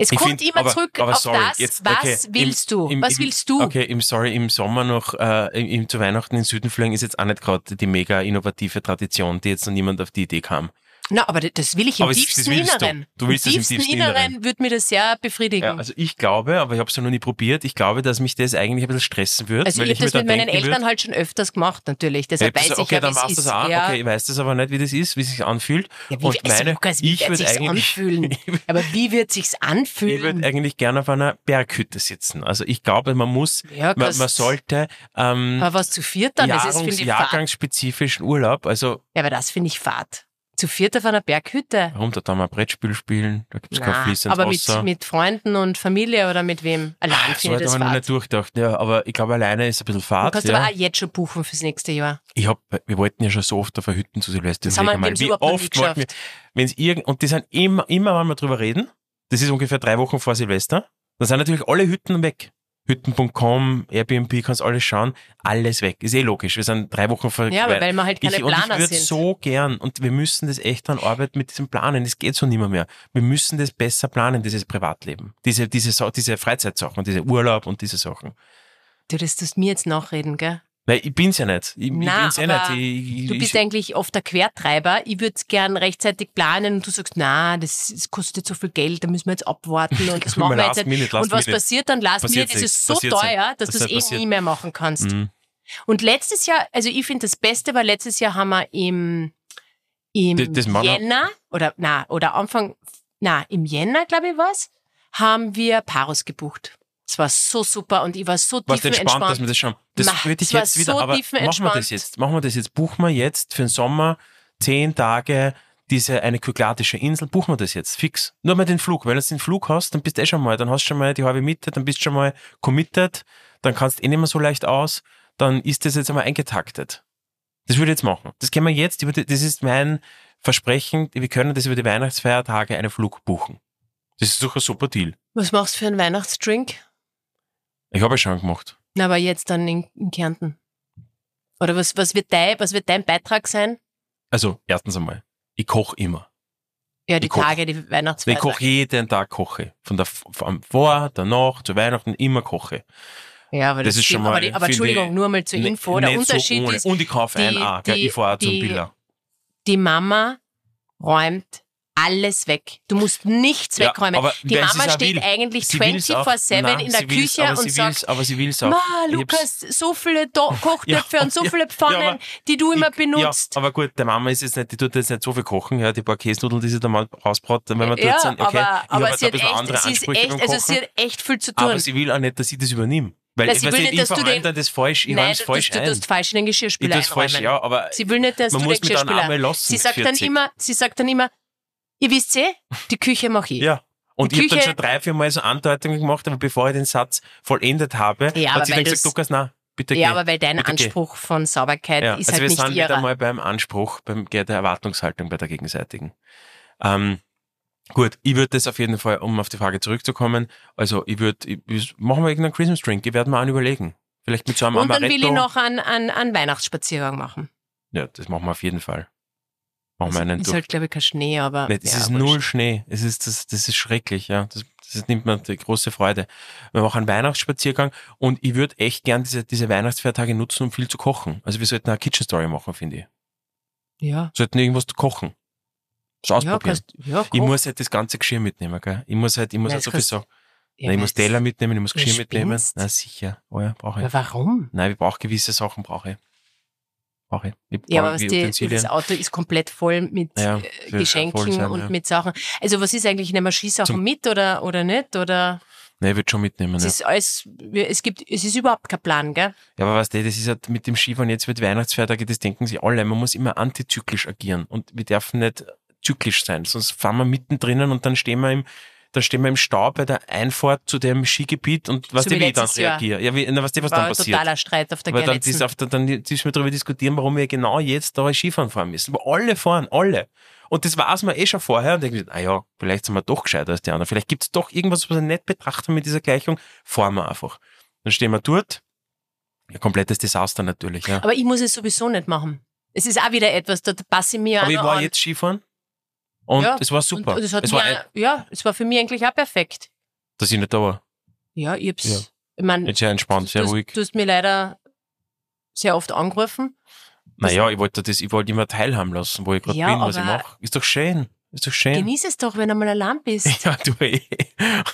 Es
Ich
kommt
find-
immer
aber-
zurück
aber
auf
sorry,
das,
jetzt-
was
okay, im-
willst du?
im-
was
im-
willst du?
okay, im sorry, im Sommer noch, äh, im, im, zu Weihnachten in den Süden fliegen ist jetzt auch nicht gerade die mega innovative Tradition, die jetzt noch niemand auf die Idee kam.
Na, aber das will ich im
Aber es- das
tiefsten
willst du.
Inneren.
Du willst
Im
es im
tiefsten,
tiefsten
Inneren,
Inneren.
würde mir das sehr befriedigen.
Ja, also ich glaube, aber ich habe es ja noch nie probiert, ich glaube, dass mich das eigentlich ein bisschen stressen würde.
Also
weil
ich habe das
mir
mit
da
meinen
denken
Eltern halt schon öfters gemacht, natürlich.
Ja,
Deshalb
das-
weiß ich
okay,
ja,
dann
wie
machst
es
du
ist.
das auch.
ja.
Okay, ich weiß das aber nicht, wie das ist, wie es sich anfühlt.
Ja, wie,
Und
also,
meine,
Lukas, wie
ich
wird
würde
sich's
eigentlich,
anfühlen? Aber wie wird sich's
ich würde
anfühlen?
eigentlich gerne auf einer Berghütte sitzen. Also ich glaube, man muss,
Ja,
man,
Gast.
man sollte ähm,
Aber was zu viert dann? Das ist, finde
Jahrungs,
ich, fad.
jahrgangsspezifischen Urlaub, also
Ja, aber das finde ich fad. Zu viert auf einer Berghütte?
runter da mal ein Brettspiel spielen, da gibt es kein
Na,
fließendes
aber
Wasser.
mit, mit Freunden und Familie oder mit wem? Allein
so
finde ich das
weit habe ich noch
fad.
nicht durchdacht, ja, aber ich glaube, alleine ist ein bisschen
Du
fad.
kannst
Ja.
aber auch jetzt schon buchen fürs nächste Jahr.
Ich hab, wir wollten ja schon so oft auf der Hütten zu Silvester.
Das
überleg
haben wir übrigens
einmal,
überhaupt noch nie
wollten wir, wenn's irgend, und die sind immer, immer, wenn wir drüber reden, das ist ungefähr drei Wochen vor Silvester, dann sind natürlich alle Hütten weg. Hütten.com, Airbnb, kannst alles schauen, alles weg. Ist eh logisch, wir sind drei Wochen vor
Ja, aber
weil
weil wir halt keine
ich, und ich
Planer
würde
sind.
so gern, und wir müssen das echt dann arbeiten mit diesem Planen, das geht so nimmer mehr. Wir müssen das besser planen, dieses Privatleben. Diese, diese, Sa- diese Freizeitsachen, diese Urlaub und diese Sachen.
du, das tust mir jetzt nachreden, gell?
Weil ich bin's ja nicht. Ich,
Na,
ich bin's ja
aber
nicht. Ich, ich,
Du bist
ich,
eigentlich oft der Quertreiber. Ich würde es gern rechtzeitig planen und du sagst, na, das, das kostet so viel Geld, da müssen wir jetzt abwarten und das
Guck mal,
machen wir
last
jetzt nicht.
minute, last
Und was
minute.
passiert dann? Last
Passiert
Minute ist es
nichts,
so
passiert
teuer,
nichts.
dass du es
Passiert,
eh
passiert.
nie mehr machen kannst.
Mhm.
Und letztes Jahr, also ich finde das Beste war letztes Jahr haben wir im, im
Das- das machen wir-
Jänner oder na oder Anfang, na im Jänner glaube ich war's, haben wir Paros gebucht. Es war so super und ich war so
warst entspannt,
tiefenentspannt.
dass wir das schauen. Das
Mach,
würde ich
es war
jetzt wieder,
so
aber machen wir
tiefenentspannt.
das jetzt. Machen wir das jetzt. Buchen wir jetzt für den Sommer zehn Tage diese eine kykladische Insel, buchen wir das jetzt fix. Nur mal den Flug, weil wenn du den Flug hast, dann bist du eh schon mal, dann hast du schon mal die halbe Miete, dann bist du schon mal committed, dann kannst du eh nicht mehr so leicht aus, dann ist das jetzt einmal eingetaktet. Das würde ich jetzt machen. Das können wir jetzt, über die, das ist mein Versprechen, wir können das über die Weihnachtsfeiertage einen Flug buchen. Das ist doch ein super Deal.
Was machst du für einen Weihnachtsdrink?
Ich habe es schon gemacht.
Na, aber jetzt dann in, in Kärnten. Oder was, was, wird dein, was wird dein Beitrag sein?
Also, erstens einmal, ich koche immer.
Ja, die
Ich koch.
Tage, die
Ich
Weihnachtsfeier.
koche jeden Tag koche. Von der vom Vor, danach, zu Weihnachten immer koche.
Ja, aber das,
Das ist
stimmt.
schon mal,
aber, die, aber
finde
Entschuldigung,
ich,
nur mal zur
Ne-
Info. der
nicht so
Unterschied
ohne.
ist,
Und ich kaufe ein
die-
auch, gell?
die-
ich fahre zum
die-
Billa.
die Mama räumt alles weg. Du musst nichts
Ja,
wegräumen.
aber
Die
weil sie
Mama
es auch
steht
will.
eigentlich
Sie will's auch.
24-7
Nein,
in der
sie will's,
Küche
aber
und
sie
sagt,
will's, aber sie will's auch.
Ma,
Ich hab's-
Lukas, so viele Do- Kochtöpfe
Ja,
und so
ja,
viele
ja,
Pfannen,
aber
die du immer
Ich-
benutzt.
Ja, aber gut, der Mama ist jetzt nicht, die tut jetzt nicht so viel kochen, ja, die paar Käsenudeln, die sie da mal rausbraten, wenn man dort
Ja,
sind, okay.
aber,
ich hab
aber
jetzt
sie,
ein
hat
bisschen andere
echt, sie, ist
Ansprüche beim
echt, also
Kochen,
sie hat echt viel zu tun.
aber sie will auch nicht, dass ich das übernehme. Weil
Na,
ich,
sie
weiß
will
nicht,
nicht, dass
ich
du
verräume
den-
dann das falsch, ich räume
Nein,
es
du,
falsch
du, du
ein.
tust falsch in den
ich
Geschirrspüler
tue es falsch,
einräumen.
ja, aber
Sie will nicht, dass
man
du den
muss mich dann
Geschirrspüler...
einmal lassen.
Sie
mit
sagt dann
40.
immer, sie sagt dann immer, ihr wisst eh, die Küche mache ich.
Ja. Und
Die
ich habe dann
Küche-
schon drei, vier Mal so Andeutungen gemacht, aber bevor ich den Satz vollendet habe,
Ja, aber
hat sie
weil
dann
das-
gesagt, Lukas, nein, bitte
Ja,
geh.
aber weil dein
Bitte geh.
Anspruch von Sauberkeit
ja.
ist
Also wir
halt
sind
nicht
wieder
ihrer.
mal beim Anspruch, beim, der Erwartungshaltung bei der gegenseitigen. Ähm, gut, ich würde das auf jeden Fall, um auf die Frage zurückzukommen, also ich würde, ich, ich, machen wir irgendeinen Christmas Drink, ich werde mir einen überlegen. Vielleicht mit so einem
Und dann
Amaretto.
will
Oh,
ich noch einen, einen, einen Weihnachtsspaziergang machen.
Ja, das machen wir auf jeden Fall. Machen
Also
wir einen
ist
durch.
halt, glaube ich, kein Schnee, aber.
Nicht, es
ja,
ist
wurscht.
null Schnee. Es ist, das, das ist schrecklich, ja. Das, das nimmt mir die große Freude. Wir machen einen Weihnachtsspaziergang und ich würde echt gern diese, diese Weihnachtsfeiertage nutzen, um viel zu kochen. Also wir sollten eine Kitchen Story machen, finde ich.
Ja.
Sollten irgendwas zu kochen. So
Ja,
ausprobieren.
kannst, ja,
ich
koch.
muss halt das ganze Geschirr mitnehmen, gell? Ich muss halt, ich muss
Nein,
halt so
das
viel
kannst-
sagen.
ja,
Nein, ich
aber
muss
das-
Teller mitnehmen, ich muss
Du
Geschirr mitnehmen.
spinnst.
Na sicher. Oh ja, brauche ich.
Aber warum?
Nein, ich brauche gewisse Sachen, brauche ich. Brauche ich. ich
Ja, aber
brauche
was
wie
die,
Utensilien.
das Auto ist komplett voll mit
Ja,
äh,
wird voll
Geschenken
sein,
und
ja.
mit Sachen. Also was ist eigentlich, nehmen wir Skisachen
Zum-
mit oder, oder nicht? Oder
Nein, ich würde schon mitnehmen.
es
ja.
ist alles, wir- es gibt, es ist überhaupt kein Plan, gell?
Ja, aber weißt du, das ist halt mit dem Skifahren jetzt mit Weihnachtsfeiertage, das denken sie alle. Man muss immer antizyklisch agieren und wir dürfen nicht zyklisch sein, sonst fahren wir mittendrin und dann stehen wir im, dann stehen wir im Stau bei der Einfahrt zu dem Skigebiet und was
So
die
wie
wie ich dann
letztes Jahr.
reagiere. Ja, wie, na, weißt du, was
War
dann
ein
passiert?
totaler Streit auf der
Weil dann,
Gernetzen.
das auf, der- dann müssen wir darüber diskutieren, warum wir genau jetzt da Skifahren fahren müssen. Aber alle fahren, alle. Und das weiß man eh schon vorher und denkt, ah ja, vielleicht sind wir doch gescheiter als die anderen. Vielleicht gibt's doch irgendwas, was wir nicht betrachten mit dieser Gleichung. Fahren wir einfach. Dann stehen wir dort. Ein komplettes Desaster natürlich. Ja.
Aber ich muss es sowieso nicht machen. Es ist auch wieder etwas, da passe ich mir auch
Aber ich
noch
war
an.
jetzt Skifahren und
Ja,
es war super.
Und, und es hat
es
mir,
war, ein,
auch- ja, es war für mich eigentlich auch perfekt.
dass ich nicht da war.
Ja, ich hab's.
Ja.
Ich meine,
Jetzt sehr entspannt, sehr
du,
ruhig.
du hast mir leider sehr oft angerufen.
Naja, ich wollte das, ich wollte immer teilhaben lassen, wo ich gerade
Ja,
bin, was ich
aber-
mache. Ist doch schön. Ist doch schön.
Genieß es doch, wenn du mal allein bist.
Ja, du eh.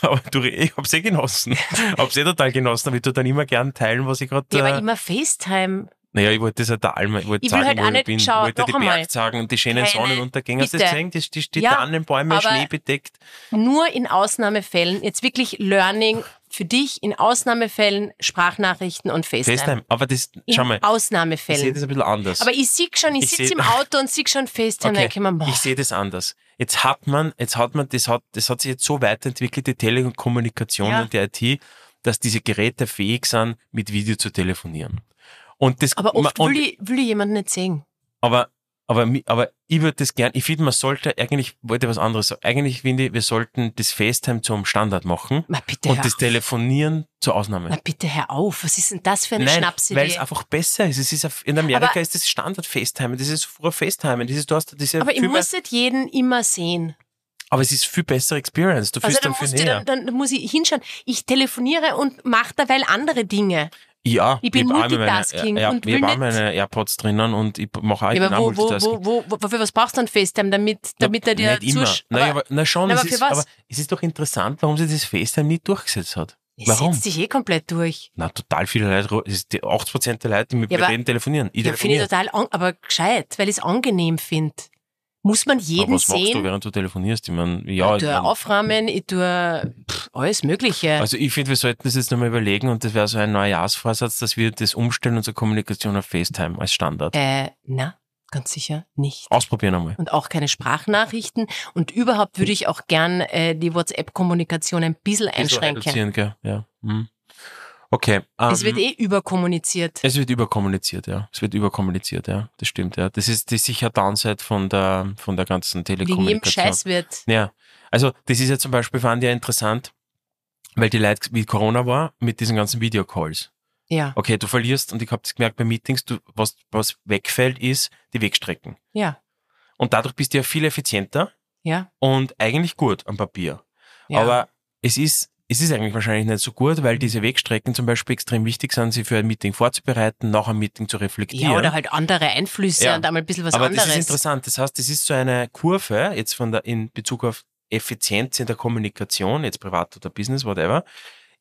Aber du eh, ich hab's eh genossen. Hab's eh total genossen, aber ich tu dann immer gern teilen, was ich gerade.
Ja, aber
Äh,
immer FaceTime.
naja, ich wollte das halt der Alma, ich wollte
Ich will
sagen,
halt
wo
auch
ich
nicht-
bin.
schau,
ich wollte die
noch einmal.
Bergzargen und die schönen
Keine,
Sonnenuntergänge. Hast du das
bitte.
gesehen? Die, die, die
Ja,
Tannenbäume,
aber-
Schnee bedeckt.
Nur in Ausnahmefällen, jetzt wirklich Learning für dich, in Ausnahmefällen Sprachnachrichten und FaceTime.
FaceTime. Aber das,
In
schau mal, ich sehe
Ausnahmefällen.
das ein bisschen anders.
Aber ich sehe schon, ich,
Ich
sitze
seh-
im Auto und sehe schon FaceTime, okay. denke ich mir, boah,
ich sehe das anders. Jetzt hat man, jetzt hat man, das hat, das hat sich jetzt so weiterentwickelt, die Telekommunikation
Ja.
und die IT, dass diese Geräte fähig sind, mit Video zu telefonieren. Und das,
aber oft
und,
will ich, will ich jemanden nicht sehen.
aber, aber, mi- aber ich würde das gern, ich finde, man sollte, eigentlich wollte ich was anderes sagen. Eigentlich finde ich, wir sollten das FaceTime zum Standard machen
Na bitte, hör,
und das Telefonieren zur Ausnahme.
na bitte hör auf, was ist denn das für eine
Nein, weil es
Schnapsidee?
einfach besser ist. Es ist auf- in Amerika
Aber-
ist das Standard FaceTime, das ist früher FaceTime, das ist, du hast diese
Aber ich muss nicht jeden immer sehen.
aber es ist viel bessere Experience. Du
Also
fühlst
dann,
dann
musst
viel
du,
näher.
dann, dann muss ich hinschauen. Ich telefoniere und mache dabei andere Dinge.
Ja,
Ich bin
hab auch immer
Multitasking
meine, ja,
und
ich
will
hab
nicht-
auch meine AirPods drinnen und ich mache auch, ich
Ja,
bin
aber
auch
wo, wo,
Multitasking.
wo, wo, wo, für was brauchst du dann FaceTime, damit, damit er dir
nicht immer.
zusch-
Nein, aber, na schon,
Nein,
es
aber für
ist,
was?
aber es ist doch interessant, warum sie das FaceTime nicht durchgesetzt hat.
Es
Warum?
setzt dich eh komplett durch.
Na, total viele Leute, ru- es ist die 80% der Leute, die mit
Ja, aber-
denen telefonieren. Ich
Ja, finde ich
telefoniere.
total, an, aber gescheit, weil ich es angenehm finde. Muss man
Aber
jeden
was machst du,
sehen?
während du telefonierst? Ich meine, ja,
Ich
ich
tue
mein,
aufräumen, ich tue pff, alles Mögliche.
also ich finde, wir sollten das jetzt nochmal überlegen und das wäre so ein Neujahrsvorsatz, dass wir das umstellen, unsere Kommunikation auf FaceTime als Standard.
äh, na, ganz sicher nicht.
Ausprobieren einmal.
Und auch keine Sprachnachrichten. Und überhaupt würde ich auch gern äh, die WhatsApp-Kommunikation ein bisschen
Bisschen
einschränken.
reduzieren, gell? Ja. Hm. Okay.
Es
ähm,
wird eh überkommuniziert.
Es wird überkommuniziert, ja. Es wird überkommuniziert, ja. Das stimmt, ja. Das ist die sicher Downside von der, von der ganzen
Wegen jedem
Telekommunikation.
Scheiß wird.
Ja. Also, das ist ja zum Beispiel, fand ich ja interessant, weil die Leute, wie Corona war, mit diesen ganzen Videocalls.
Ja,
Okay, du verlierst, und ich habe das gemerkt bei Meetings, du, was, was wegfällt, ist die Wegstrecken.
ja,
Und dadurch bist du ja viel effizienter
ja.
und eigentlich gut am Papier.
ja.
Aber es ist, es ist eigentlich wahrscheinlich nicht so gut, weil diese Wegstrecken zum Beispiel extrem wichtig sind, sie für ein Meeting vorzubereiten, nach einem Meeting zu reflektieren.
ja, oder halt andere Einflüsse
Ja.
und einmal ein bisschen was
Aber
anderes.
das ist interessant. Das heißt, das ist so eine Kurve jetzt von der, in Bezug auf Effizienz in der Kommunikation, jetzt privat oder Business, whatever,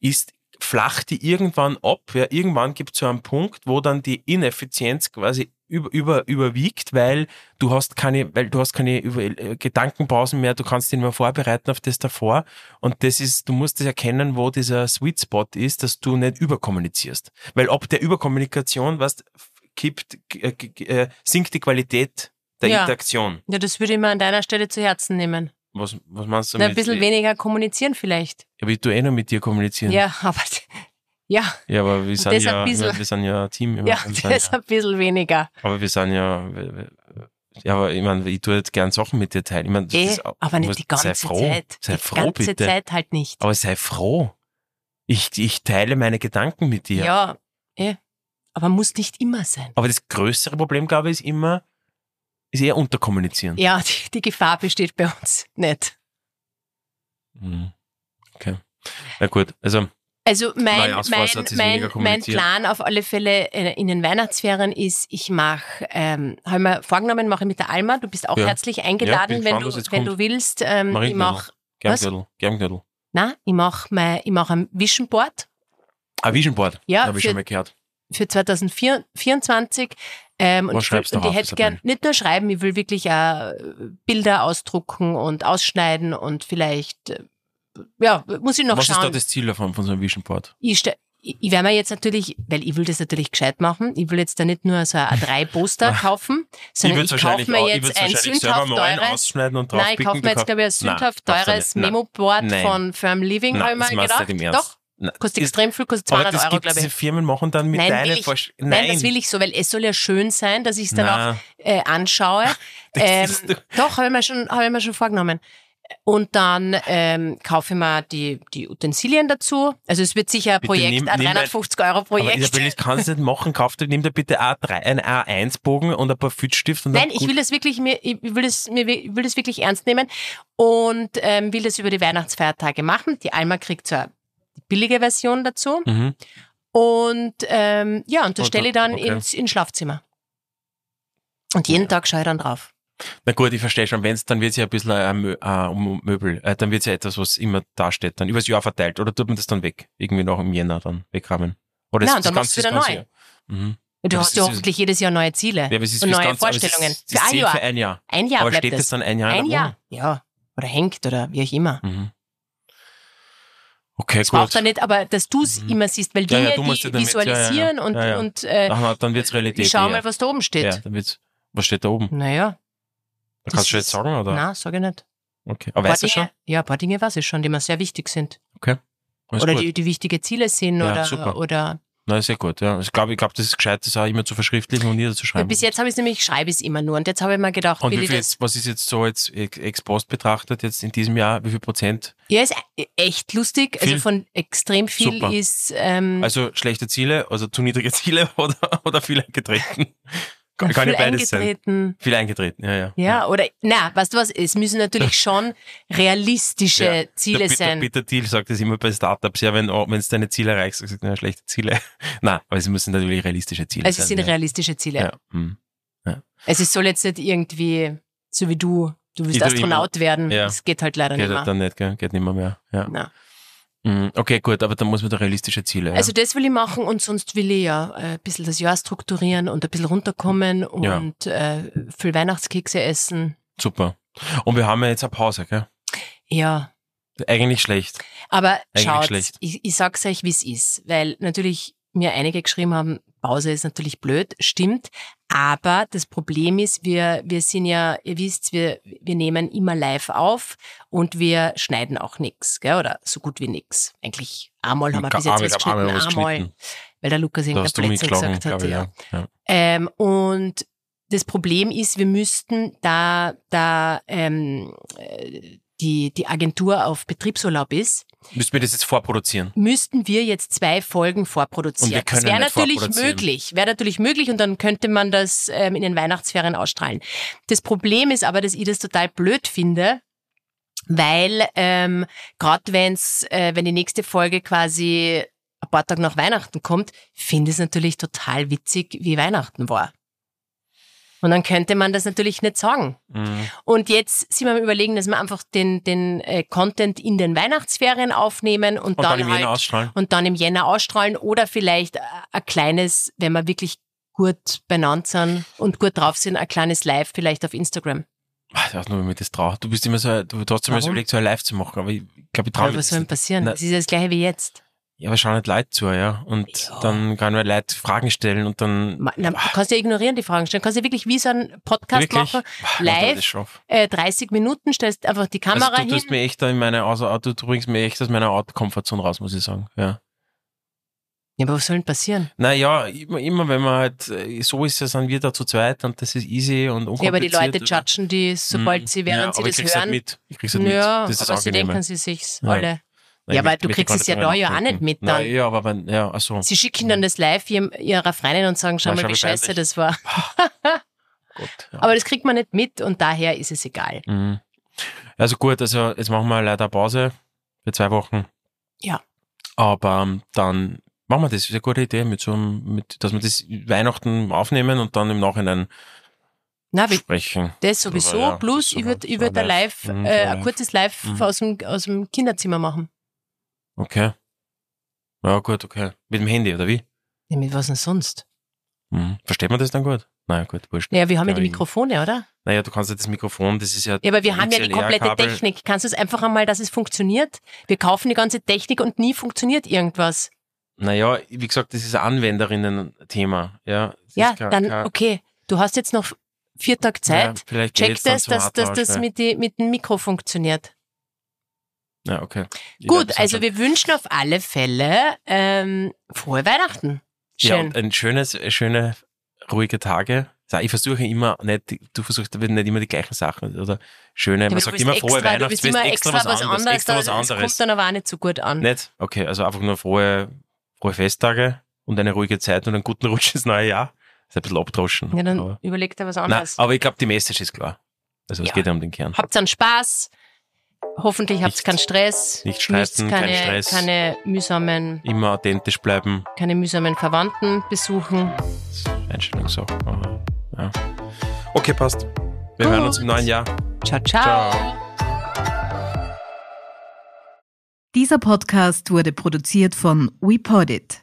ist flacht die irgendwann ab. Ja, irgendwann gibt es so einen Punkt, wo dann die Ineffizienz quasi über, über, überwiegt, weil du hast keine, weil du hast keine über, äh, Gedankenpausen mehr, du kannst dich nicht mehr vorbereiten auf das davor. Und das ist, du musst das erkennen, wo dieser Sweet Spot ist, dass du nicht überkommunizierst. Weil ob der Überkommunikation, was kippt, äh, g- g- äh, sinkt die Qualität der
Ja.
Interaktion.
Ja, das würde ich mir an deiner Stelle zu Herzen nehmen.
Was, was meinst du
Na,
mit?
ein bisschen weniger kommunizieren vielleicht.
Ja, aber ich tu eh noch mit dir kommunizieren.
Ja, aber ja,
Ja, aber wir sind
das
ja,
ein bisschen.
wir sind ja ein Team. immer.
ja,
Wir sind
das ist ein bisschen weniger.
Aber wir sind ja, wir- wir- ja, aber ich meine, ich tue jetzt gern Sachen mit dir teilen. Ich meine, das
Eh,
ist auch-
aber
muss-
nicht die ganze
sei froh,
Zeit.
Sei
die
froh,
ganze
bitte.
Zeit halt nicht.
Aber sei froh. Ich, ich teile meine Gedanken mit dir.
Ja, eh. Aber muss nicht immer sein.
Aber das größere Problem, glaube ich, ist immer, ist eher unterkommunizieren.
Ja, die, die Gefahr besteht bei uns nicht.
Mhm. Okay. Na gut, also
Also mein,
Neuer
mein,
Vorsatz ist
mein,
weniger
mein
kommunizieren.
Plan auf alle Fälle äh, in den Weihnachtsferien ist, ich mache, ähm, habe mir vorgenommen, mache ich mit der Alma. Du bist auch
Ja.
herzlich
bin
eingeladen, wenn,
gespannt,
du,
was jetzt
wenn
kommt.
du willst. Ähm,
Mach ich
ich
noch.
mache, Was?
Germgürtel, Germgürtel.
na, ich mache mein, ich mache ein Vision Board
Ein Ah, Vision Board,
Ja,
habe ich
für-
schon mal gehört.
für 2024. Ähm, und
Was
ich will-
schreibst du
und ich
drauf,
hätte gern nicht nur schreiben, ich will wirklich auch äh, Bilder ausdrucken und ausschneiden und vielleicht, äh, ja, muss ich noch
Was
schauen.
ist da das Ziel davon, von so einem Vision Board?
Ich, ste- ich, ich werde mir jetzt natürlich, weil ich will das natürlich gescheit machen, ich will jetzt da nicht nur so ein A3-Poster kaufen, sondern
würd's
ich, kaufe mir
auch- ich
jetzt
würd's
ein
wahrscheinlich selber
sündhaft
mal rein
teures,
ausschneiden und
nein, ich
draufpicken.
kaufe mir jetzt,
Du
glaube ich, ein
Nein,
sündhaft
kaufst du
teures
nicht. Nein.
Memo-Board
Nein.
von Firm Living, habe ich
das
mir
machst du
gedacht.
nicht im
Doch,
Ernst. Nein,
kostet
ist-
extrem viel, kostet
Aber
200
das
Euro,
gibt
glaube
diese
ich.
Firmen machen dann mit
Nein, will
deinen
ich-
Vorstellungen.
Nein, das will ich so, weil es soll ja schön sein, dass ich es dann auch äh, anschaue.
Das
ähm,
ist doch-
doch, habe ich, mir schon- hab ich mir schon vorgenommen. Und dann ähm, kaufe ich mir die, die Utensilien dazu. Also es wird sicher ein
Bitte
Projekt,
nimm-
ein
nimm ein-
350 Euro
Aber
Projekt.
Isabel, ich kann es nicht machen. Kauf dir, nimm dir bitte A3, einen A1-Bogen und ein paar Filzstift und
Nein,
dann
ich will das wirklich mir, ich will das, mir, ich will das wirklich ernst nehmen und ähm, will das über die Weihnachtsfeiertage machen. Die Alma kriegt so eine billige Version dazu.
Mhm.
Und ähm, ja, und das
Und
stelle ich
dann-
dann
okay.
ins, ins Schlafzimmer. Und jeden Tag schaue ich dann drauf.
Na gut, ich verstehe schon. Wenn's, dann wird's ja ein bisschen ein Mö äh, um Möbel. Äh, dann wird's ja etwas, was immer dasteht, dann übers Jahr verteilt. Oder tut man das dann weg? Irgendwie noch im Jänner dann wegrahmen. Oder
Nein,
ist
und dann
das
machst du wieder
das
neu.
Jahr? Mhm.
Du
Ja,
hast
das
ja
ist-
hoffentlich jedes Jahr neue Ziele.
Ja, aber es ist
Und
fürs
neue
Ganze- aber es
Vorstellungen.
Ist, es
Für
ist
ein
zählt
Jahr.
Für ein Jahr.
Ein Jahr
aber
bleibt
steht
es.
das dann ein Jahr in
ein
der
Jahr. Ja. Oder hängt oder wie auch immer.
Wohnung? Mhm. Okay,
Es braucht
gut.
dann nicht, aber dass du es
Mhm.
immer siehst, weil
Ja, ja,
Dinge,
du musst
die
ja damit-
visualisieren
ja, ja, ja. Ja, ja.
und, und äh,
Aha, dann wird's Realität.
ich schau
ja.
mal, was da oben steht.
Ja, dann wird's, was steht da oben?
Naja,
Da
das
kannst du jetzt
ist-
sagen, oder?
nein, sage ich nicht.
Okay. Aber
Paar
weißt du
Dinge,
schon?
Ja, ein paar Dinge weiß ich schon, die mir sehr wichtig sind.
Alles
oder
gut.
die, die wichtige Ziele sind
Ja,
oder,
super.
oder
Na, sehr gut, ja. Ich glaube, ich glaub, das ist gescheit, das auch immer zu verschriftlichen und
Weil
niederzuschreiben.
bis jetzt habe ich nämlich, schreibe ich es immer nur. Und jetzt habe ich mir gedacht,
und
will
wie
ich
viel
das.
jetzt, was ist jetzt so jetzt ex ex post betrachtet, jetzt in diesem Jahr, wie viel Prozent?
Ja, ist e- echt lustig. Also
Viel.
von extrem viel
Super.
ist ähm,
Also schlechte Ziele, also zu niedrige Ziele oder, oder viel eingetreten? Kann, kann
viel
ja beides sein.
eingetreten.
Viel eingetreten, ja, ja.
Ja, oder na, weißt du was? Es müssen natürlich schon realistische
Ja.
Ziele
der Peter,
sein.
Peter Thiel sagt das immer bei Startups, ja, wenn oh, wenn's deine Ziele erreichst, sagst du, na, schlechte Ziele. Nein, aber es müssen natürlich realistische Ziele
Also
sein.
es sind
ja.
realistische Ziele.
Ja. hm.
Also es soll jetzt nicht irgendwie, so wie du, du
Ich
willst
tu
Astronaut werden.
Ja.
Das geht halt leider
Geht
nicht mehr.
halt dann nicht, gell? Geht nimmer mehr. Ja.
Nein.
Hm, Okay, gut, aber dann muss man da realistische Ziele. Ja.
Also das will ich machen und sonst will ich ja äh, ein bisschen das Jahr strukturieren und ein bisschen runterkommen
Ja.
und äh, viel Weihnachtskekse essen.
Super. Und wir haben ja jetzt eine Pause, gell?
Ja,
Eigentlich schlecht.
Aber
Eigentlich
schaut,
schlecht.
ich, ich sag's euch, wie's ist, weil natürlich mir einige geschrieben haben, Pause ist natürlich blöd, stimmt. Aber das Problem ist, wir, wir sind ja, ihr wisst, wir, wir nehmen immer live auf und wir schneiden auch nix, gell? oder so gut wie nix. Eigentlich einmal haben wir bis jetzt
Einmal-
was geschnitten,
einmal was
einmal,
geschnitten.
weil der Lukas
Da
irgendein
hast du mich
Blödsinn
geschlagen,
gesagt hat.
glaube ich,
Ja.
ja. ja.
Ähm, und das Problem ist, wir müssten da, da ähm, äh, die, die Agentur auf Betriebsurlaub ist,
Müsst mir das jetzt vorproduzieren.
müssten wir jetzt zwei Folgen vorproduzieren.
Und wir können
das wäre
nicht
natürlich
vorproduzieren.
möglich. Wäre natürlich möglich und dann könnte man das ähm, in den Weihnachtsferien ausstrahlen. Das Problem ist aber, dass ich das total blöd finde, weil ähm, gerade wenn's, äh, wenn die nächste Folge quasi ein paar Tage nach Weihnachten kommt, finde ich es natürlich total witzig, wie Weihnachten war. Und dann könnte man das natürlich nicht sagen.
Mhm.
Und jetzt sind wir am überlegen, dass wir einfach den, den äh, Content in den Weihnachtsferien aufnehmen und,
Und dann, im
halt
Jänner ausstrahlen.
und dann im Jänner ausstrahlen oder vielleicht äh, ein kleines, wenn wir wirklich gut benannt sind und gut drauf sind, ein kleines Live vielleicht auf Instagram.
Ah, Ich weiß nicht, wie mir das traut. Du bist immer so, ein- du, du hast immer so
Warum?
überlegt, so ein Live zu machen, aber ich glaube, ich traue
Aber
mir
was
das
soll denn
nicht.
passieren?
Na-
Das ist ja das gleiche wie jetzt.
Ja, aber schauen halt Leute zu, ja. Und
Ja.
dann kann man Leute Fragen stellen und dann.
Ma- Na, du kannst ja ignorieren, die Fragen stellen. Du kannst ja wirklich wie so einen Podcast
Ah. wirklich?
machen.
Boah, ich
live
hab das schon.
Äh, 30 Minuten, stellst einfach die
Also,
Kamera
du tust
hin.
mir echt da in meine, also, du, du bringst mir echt aus meiner Art Komfortzone raus, muss ich sagen, ja.
Ja, aber was soll denn passieren?
Naja, immer, immer wenn man halt, äh, so ist es, sind wir da zu zweit und das ist easy und unkompliziert.
Ja, aber die Leute
oder?
judgen die, sobald
Mhm.
sie, während
ja, aber ich
sie das
krieg's Halt
hören.
mit. Ich krieg's halt
Ja,
mit. Das ist
aber sie
angenehm.
denken sie sich's
Ja.
alle. Ja, aber du kriegst es ja da ja auch nicht mit dann.
Nein, ja, aber wenn, ja, also, achso.
Sie schicken dann das live ihrem, ihrer Freundin und sagen, schau
Ja,
mal,
schau,
wie
wie
scheiße
peinlich.
das war.
Gott, ja.
Aber das kriegt man nicht mit und daher ist es egal.
Mhm. Also gut, also jetzt machen wir leider Pause für zwei Wochen.
Ja.
Aber ähm, dann machen wir das. Ist eine gute Idee, mit so einem, mit, dass wir das Weihnachten aufnehmen und dann im Nachhinein
Na, wir-
sprechen.
das sowieso.
ja,
Plus,
so-
ich würde ich
so
würd ein
live.
live,
Mhm, so
äh, ein
live.
kurzes Live
Mhm.
aus, dem, aus dem Kinderzimmer machen.
Okay. Ja, gut, okay. Mit dem Handy, oder wie?
Ja, mit was denn sonst?
Mhm. Versteht man das dann gut? Naja, gut, wurscht.
Naja, wir haben ja
Ja,
die
ich-
Mikrofone, oder?
Naja, du kannst ja das Mikrofon, das ist ja.
Ja, aber wir haben ja die
XLR
komplette
Kabel.
Technik. Kannst du es einfach einmal, dass es funktioniert? Wir kaufen die ganze Technik und nie funktioniert irgendwas.
Naja, wie gesagt, das ist ein Anwenderinnen-Thema. Ja, das
Ja,
ist kein-
dann,
kein-
okay, du hast jetzt noch vier Tage Zeit.
Ja, vielleicht
Check
geht's dann
das,
zum
dass, dass
Austausch,
das
ja.
mit, die, mit dem Mikro funktioniert.
Ja, okay. Ich werd
Gut,
das
also
anschauen.
wir wünschen auf alle Fälle ähm, frohe Weihnachten.
Ja,
Schön.
und ein schönes, äh, schöne, ruhige Tage. Sag, Ich versuche immer nicht, du versuchst aber nicht immer die gleichen Sachen oder schöne, man
Genau, du
sagt
bist
immer frohe Weihnachten,
du bist immer extra, was anderes,
extra was
das- Das
anderes.
kommt dann aber auch nicht so gut an.
Nicht? Okay, also einfach nur frohe, frohe Festtage und eine ruhige Zeit und einen guten Rutsch ins neue Jahr. Das ist ein bisschen abdroschen.
Ja, dann
aber,
überleg dir was
nein,
anderes.
aber ich glaube, die Message ist klar. Also es
Ja.
geht ja um den Kern.
habt dann Spaß. Hoffentlich habt
Nicht-
keinen Stress.
nicht streiten,
müsst
kein
keine,
Stress.
Keine mühsamen,
Immer authentisch bleiben,
keine mühsamen Verwandten besuchen.
Das ist Einstellungssache. aber, Ja. Okay, passt. Wir hören
Gut.
uns im neuen Jahr.
ciao. ciao.
Ciao.
Dieser Podcast wurde produziert von WePoddit.